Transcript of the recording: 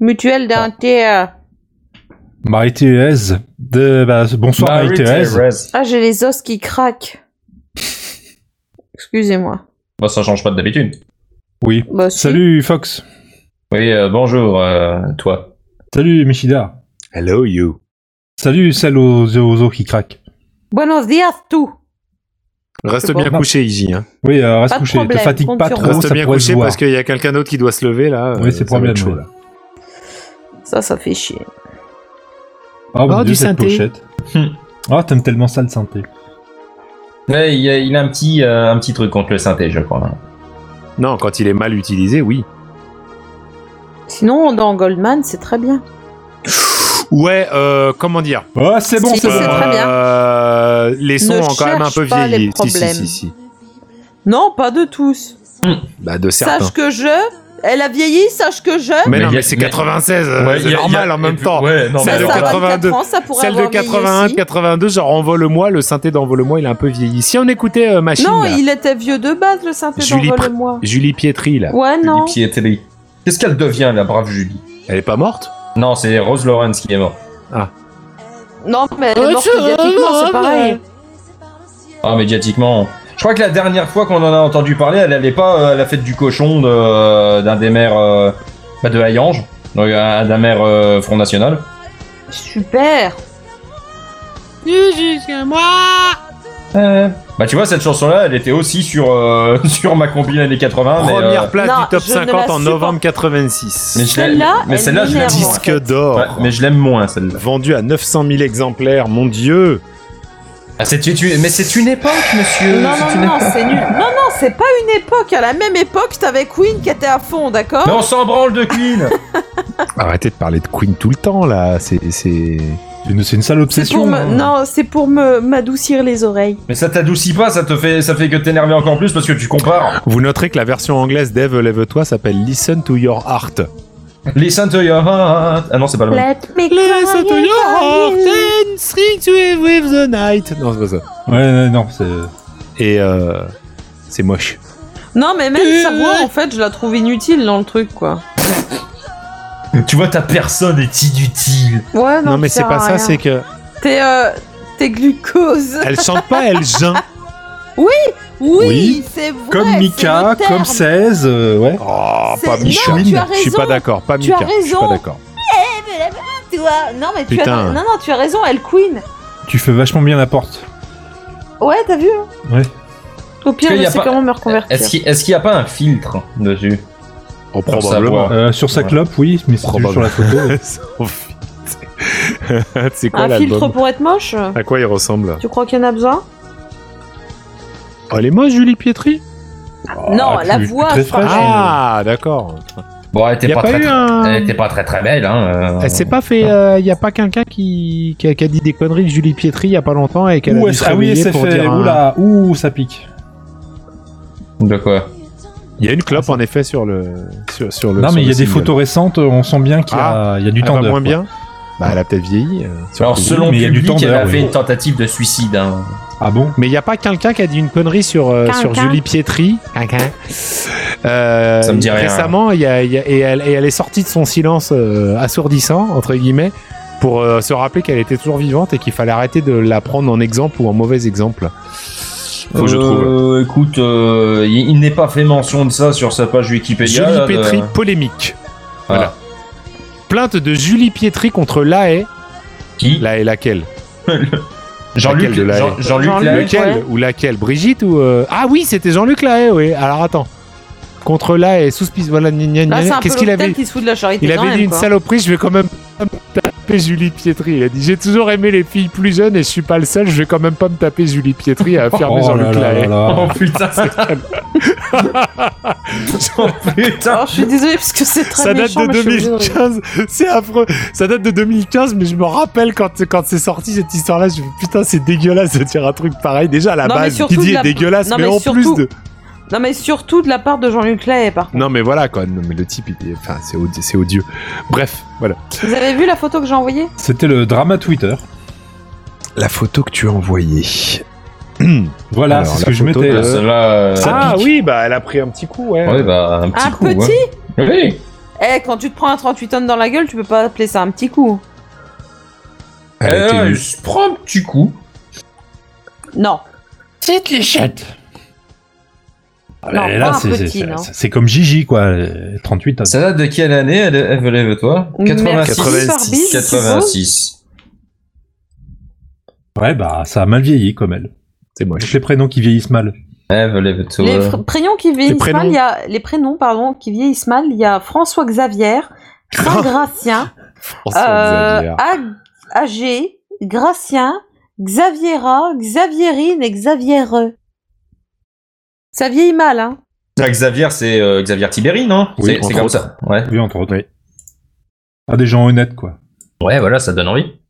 Mutuelle euh, d'un TR. Marie-Thérèse. De... bah, bonsoir Marie-Thérèse. Marie-Thérèse. Ah, j'ai les os qui craquent. Excusez-moi. Bah, ça change pas de d'habitude. Oui. Bah, si. Salut Fox. Oui, euh, bonjour, euh, toi. Salut Michida. Hello, you. Salut celle aux, aux os qui craquent. Buenos dias, tout. Reste C'est bon. bien couché, Iji. hein. Oui, euh, reste Pas de couché. problème, te fatigue compte pas sur trop, moi. ça Reste bien pourrait se couché voir. parce qu'il y a quelqu'un d'autre qui doit se lever là. Oui, c'est euh, ça va être problématique. chaud, là. Ça, ça fait chier. Oh, mon Oh, Dieu, du cette synthé. pochette. Hmm. Hum. Ah, t'aimes tellement ça le synthé. Ouais, il, a, il a un petit, euh, un petit truc contre le synthé, je crois. Non, quand il est mal utilisé, oui. Sinon, dans Goldman, c'est très bien. Ouais, euh, comment dire Oh, c'est bon, Si, c'est c'est bon. très bien. Euh, les sons Ne ont quand même un peu cherche pas les vieilli. Si, problèmes. si, si, si. Non, pas de tous. Bah, de certains. Sache que je. Elle a vieilli, sache que je. Mais Mais, non, y a- mais c'est mais- 96, euh, Ouais, c'est il y a- normal il y a- en même et puis- temps. Ouais, non, Ça, mais ça, le alors- ça, 80. 24 82. ans, ça pourrait Celle de avoir vieilli 81, de aussi. 82, genre envole-moi, le synthé d'envole-moi, il a un peu vieilli. Si on écoutait euh, Machine, Non, là, il était vieux de base, le synthé Julie d'envol moi. Julie Pietri, là, Ouais, non. Julie Pietri. Qu'est-ce qu'elle devient, la brave Julie elle est pas morte Non, c'est Rose Lawrence qui est morte. Non, mais elle est morte médiatiquement, c'est pareil. Ah, médiatiquement. Je crois que la dernière fois qu'on en a entendu parler, elle n'allait pas euh, à la fête du cochon de, euh, d'un des maires euh, bah, de Hayange, donc euh, d'un maire euh, Front National. Super. Euh, Bah, tu vois, cette chanson-là, elle était aussi sur, euh, sur ma compil années 80. mais, Première euh, place Non, du top je ne la 50 en supporte. novembre 86. mais je l'ai- Celle-là, mais elle celle-là, je l'aime m'énerve, moins. en fait. Disque d'or, Ouais, mais je l'aime moins, celle-là. vendu à 900 000 exemplaires, mon dieu Ah, c'est une- mais c'est une époque, monsieur. Non, c'est non, une non, époque. c'est nul. Non, non, c'est pas une époque. À la même époque, t'avais Queen qui était à fond, d'accord Mais on s'en branle de Queen. Arrêtez de parler de Queen tout le temps, là, c'est... c'est- C'est une- C'est une sale C'est pour obsession. me- hein. Non, c'est pour me m'adoucir les oreilles. mais ça t'adoucit pas, ça te fait, ça fait que t'énerver encore plus parce que tu compares. Vous noterez que la version anglaise d'Eve Lève-toi s'appelle Listen to Your Heart. Listen to your heart. Ah non, c'est pas le même. Let me Listen to your heart and sing to it with the night. Non, c'est pas ça. Ouais, ouais, non, c'est. Et euh, c'est moche. Non, mais même sa voix, en fait, je la trouve inutile dans le truc, quoi. Tu vois, ta personne est inutile. Ouais, non, Non, mais ça c'est sert pas à ça, rien. c'est que T'es euh, t'es glucose. elle chante pas, elle geint. Oui, Oui, c'est vrai. Comme c'est Mika, le comme terme. 16, euh, ouais. Oh, C'est- pas non, Mika. tu as Je suis pas raison. d'accord, pas Tu as Mika. Je suis raison. pas d'accord. Eh, mais la maman, tu vois. Non, mais tu as... Putain. non, non, tu as raison, elle queen. Tu fais vachement bien la porte. Ouais, t'as vu hein Ouais. Au pire, Est-ce qu'il y je a sais pas- comment me reconvertir. Est-ce qu'il est n'y a pas un filtre dessus Oh, Pour probablement. savoir. Euh, sur sa Ouais. clope, oui, mais c'est juste sur la photo. c'est quoi Un filtre l'album pour être moche À quoi il ressemble Tu crois qu'il y en a besoin Oh, elle est moche, Julie Pietri Non, Ah, la tu- tu voix, te je parle. réfrèges. Ah, d'accord. Bon, elle était Il a pas, pas très, eu très- elle un. était pas très très belle. Hein, euh. Elle s'est pas fait. Il y a pas quelqu'un qui... Qui, a, qui a dit des conneries de Julie Pietri il y a pas longtemps et qu'elle Ouh, a elle- dû se ah oui, elle réveiller s'est pour fait. dire. un- Oula, ouh, ça pique. De quoi Il y a une clope en effet sur le sur, sur le. Non, sur mais il y le a des single. photos récentes, on sent bien qu'il y, a- il y a du Elle temps va de. moins bien. Bah, elle a peut-être vieilli. euh, Alors, surtout. selon mais il y a le du public, temps elle a d'air, fait oui. une tentative de suicide. hein. Ah bon Mais il n'y a pas quelqu'un qui a dit une connerie sur, euh, sur Julie Pietri. Euh, Ça me dit rien. Récemment, il y a- il y a- et, elle, et elle est sortie de son silence euh, assourdissant, entre guillemets, pour euh, se rappeler qu'elle était toujours vivante et qu'il fallait arrêter de la prendre en exemple ou en mauvais exemple. Faut que je trouve. Euh, Écoute, euh, il, il n'est pas fait mention de ça sur sa page Wikipédia. Julie là, de- Ah. Pietri, polémique. Voilà. Plainte de Julie Pietri contre Lahaye. Qui Lahaye laquelle Jean-Luc Laquelle de la- Jean- Jean-Luc Jean-Luc. Lahaye Lequel ouais. Ou laquelle Brigitte ou. euh, Ah oui, c'était Jean-Luc Lahaye, oui. Alors attends. Contre Lahaye, sous-spice, voilà, gna, gna, Là, gna. Bah, c'est un peu Qu'est-ce qu'il l'hôtel avait qui se fout de la charité. Il quand avait même, dit une quoi. saloperie, je vais quand même pas me taper Julie Pietri. Il a dit J'ai toujours aimé les filles plus jeunes et je suis pas le seul, je vais quand même pas me taper Julie Pietri à affirmer Oh là Jean-Luc là Lahaye. là là. Oh putain, Oh putain Alors, je suis désolée parce que c'est très Ça date méchant, de mais je suis obligée de rire. 2015, c'est affreux. Ça date de 2015, mais je me rappelle quand, quand c'est sorti cette histoire-là, je me dis, putain, c'est dégueulasse de dire un truc pareil. Déjà, à la Non, mais base, surtout Didi de est la- dégueulasse, non, mais, mais en surtout- plus de. Non, mais surtout de la part de Jean-Luc Lahaye, par contre. Non, mais voilà quoi, non, mais le type, il est... enfin, c'est odi- c'est odieux. Bref, voilà. Vous avez vu la photo que j'ai envoyée C'était le drama Twitter. La photo que tu as envoyée. Voilà, Alors, c'est ce la que je photo mettais. de- Euh, Celle-là. euh, ah oui, bah elle a pris un petit coup, hein. ouais. Ouais, bah, un petit Un coup. petit ouais. Oui Eh, quand tu te prends un 38 tonnes dans la gueule, tu peux pas appeler ça un petit coup. Elle a Eh, été il se prend un petit coup. Non. Petite léchette. Ah, Non, mais pas là, un c'est- petit, c'est- non. c'est c'est comme Gigi, quoi. euh, 38 tonnes. Ça date de quelle année, elle, elle toi Merci, 86. 86. 86. Ouais, bah, ça a mal vieilli, comme elle. C'est Avec moche. les prénoms qui vieillissent mal. Eve Levetour. Les fr- prénoms qui vieillissent prénoms. mal, il y a les prénoms pardon qui vieillissent mal. Il y a François Xavier, Saint Gratien, François Xavier. euh, Ag- Agé, Gratien, Xaviera, Xavierine et Xaviereux. Ça vieillit mal, hein. Ah, Xavier, c'est euh, Xavier Tibéri, non Oui, C'est- C'est entre comme autres. ça. Ouais. Oui, entre autres. Oui. Ah, des gens honnêtes, quoi. ouais, voilà, ça donne envie.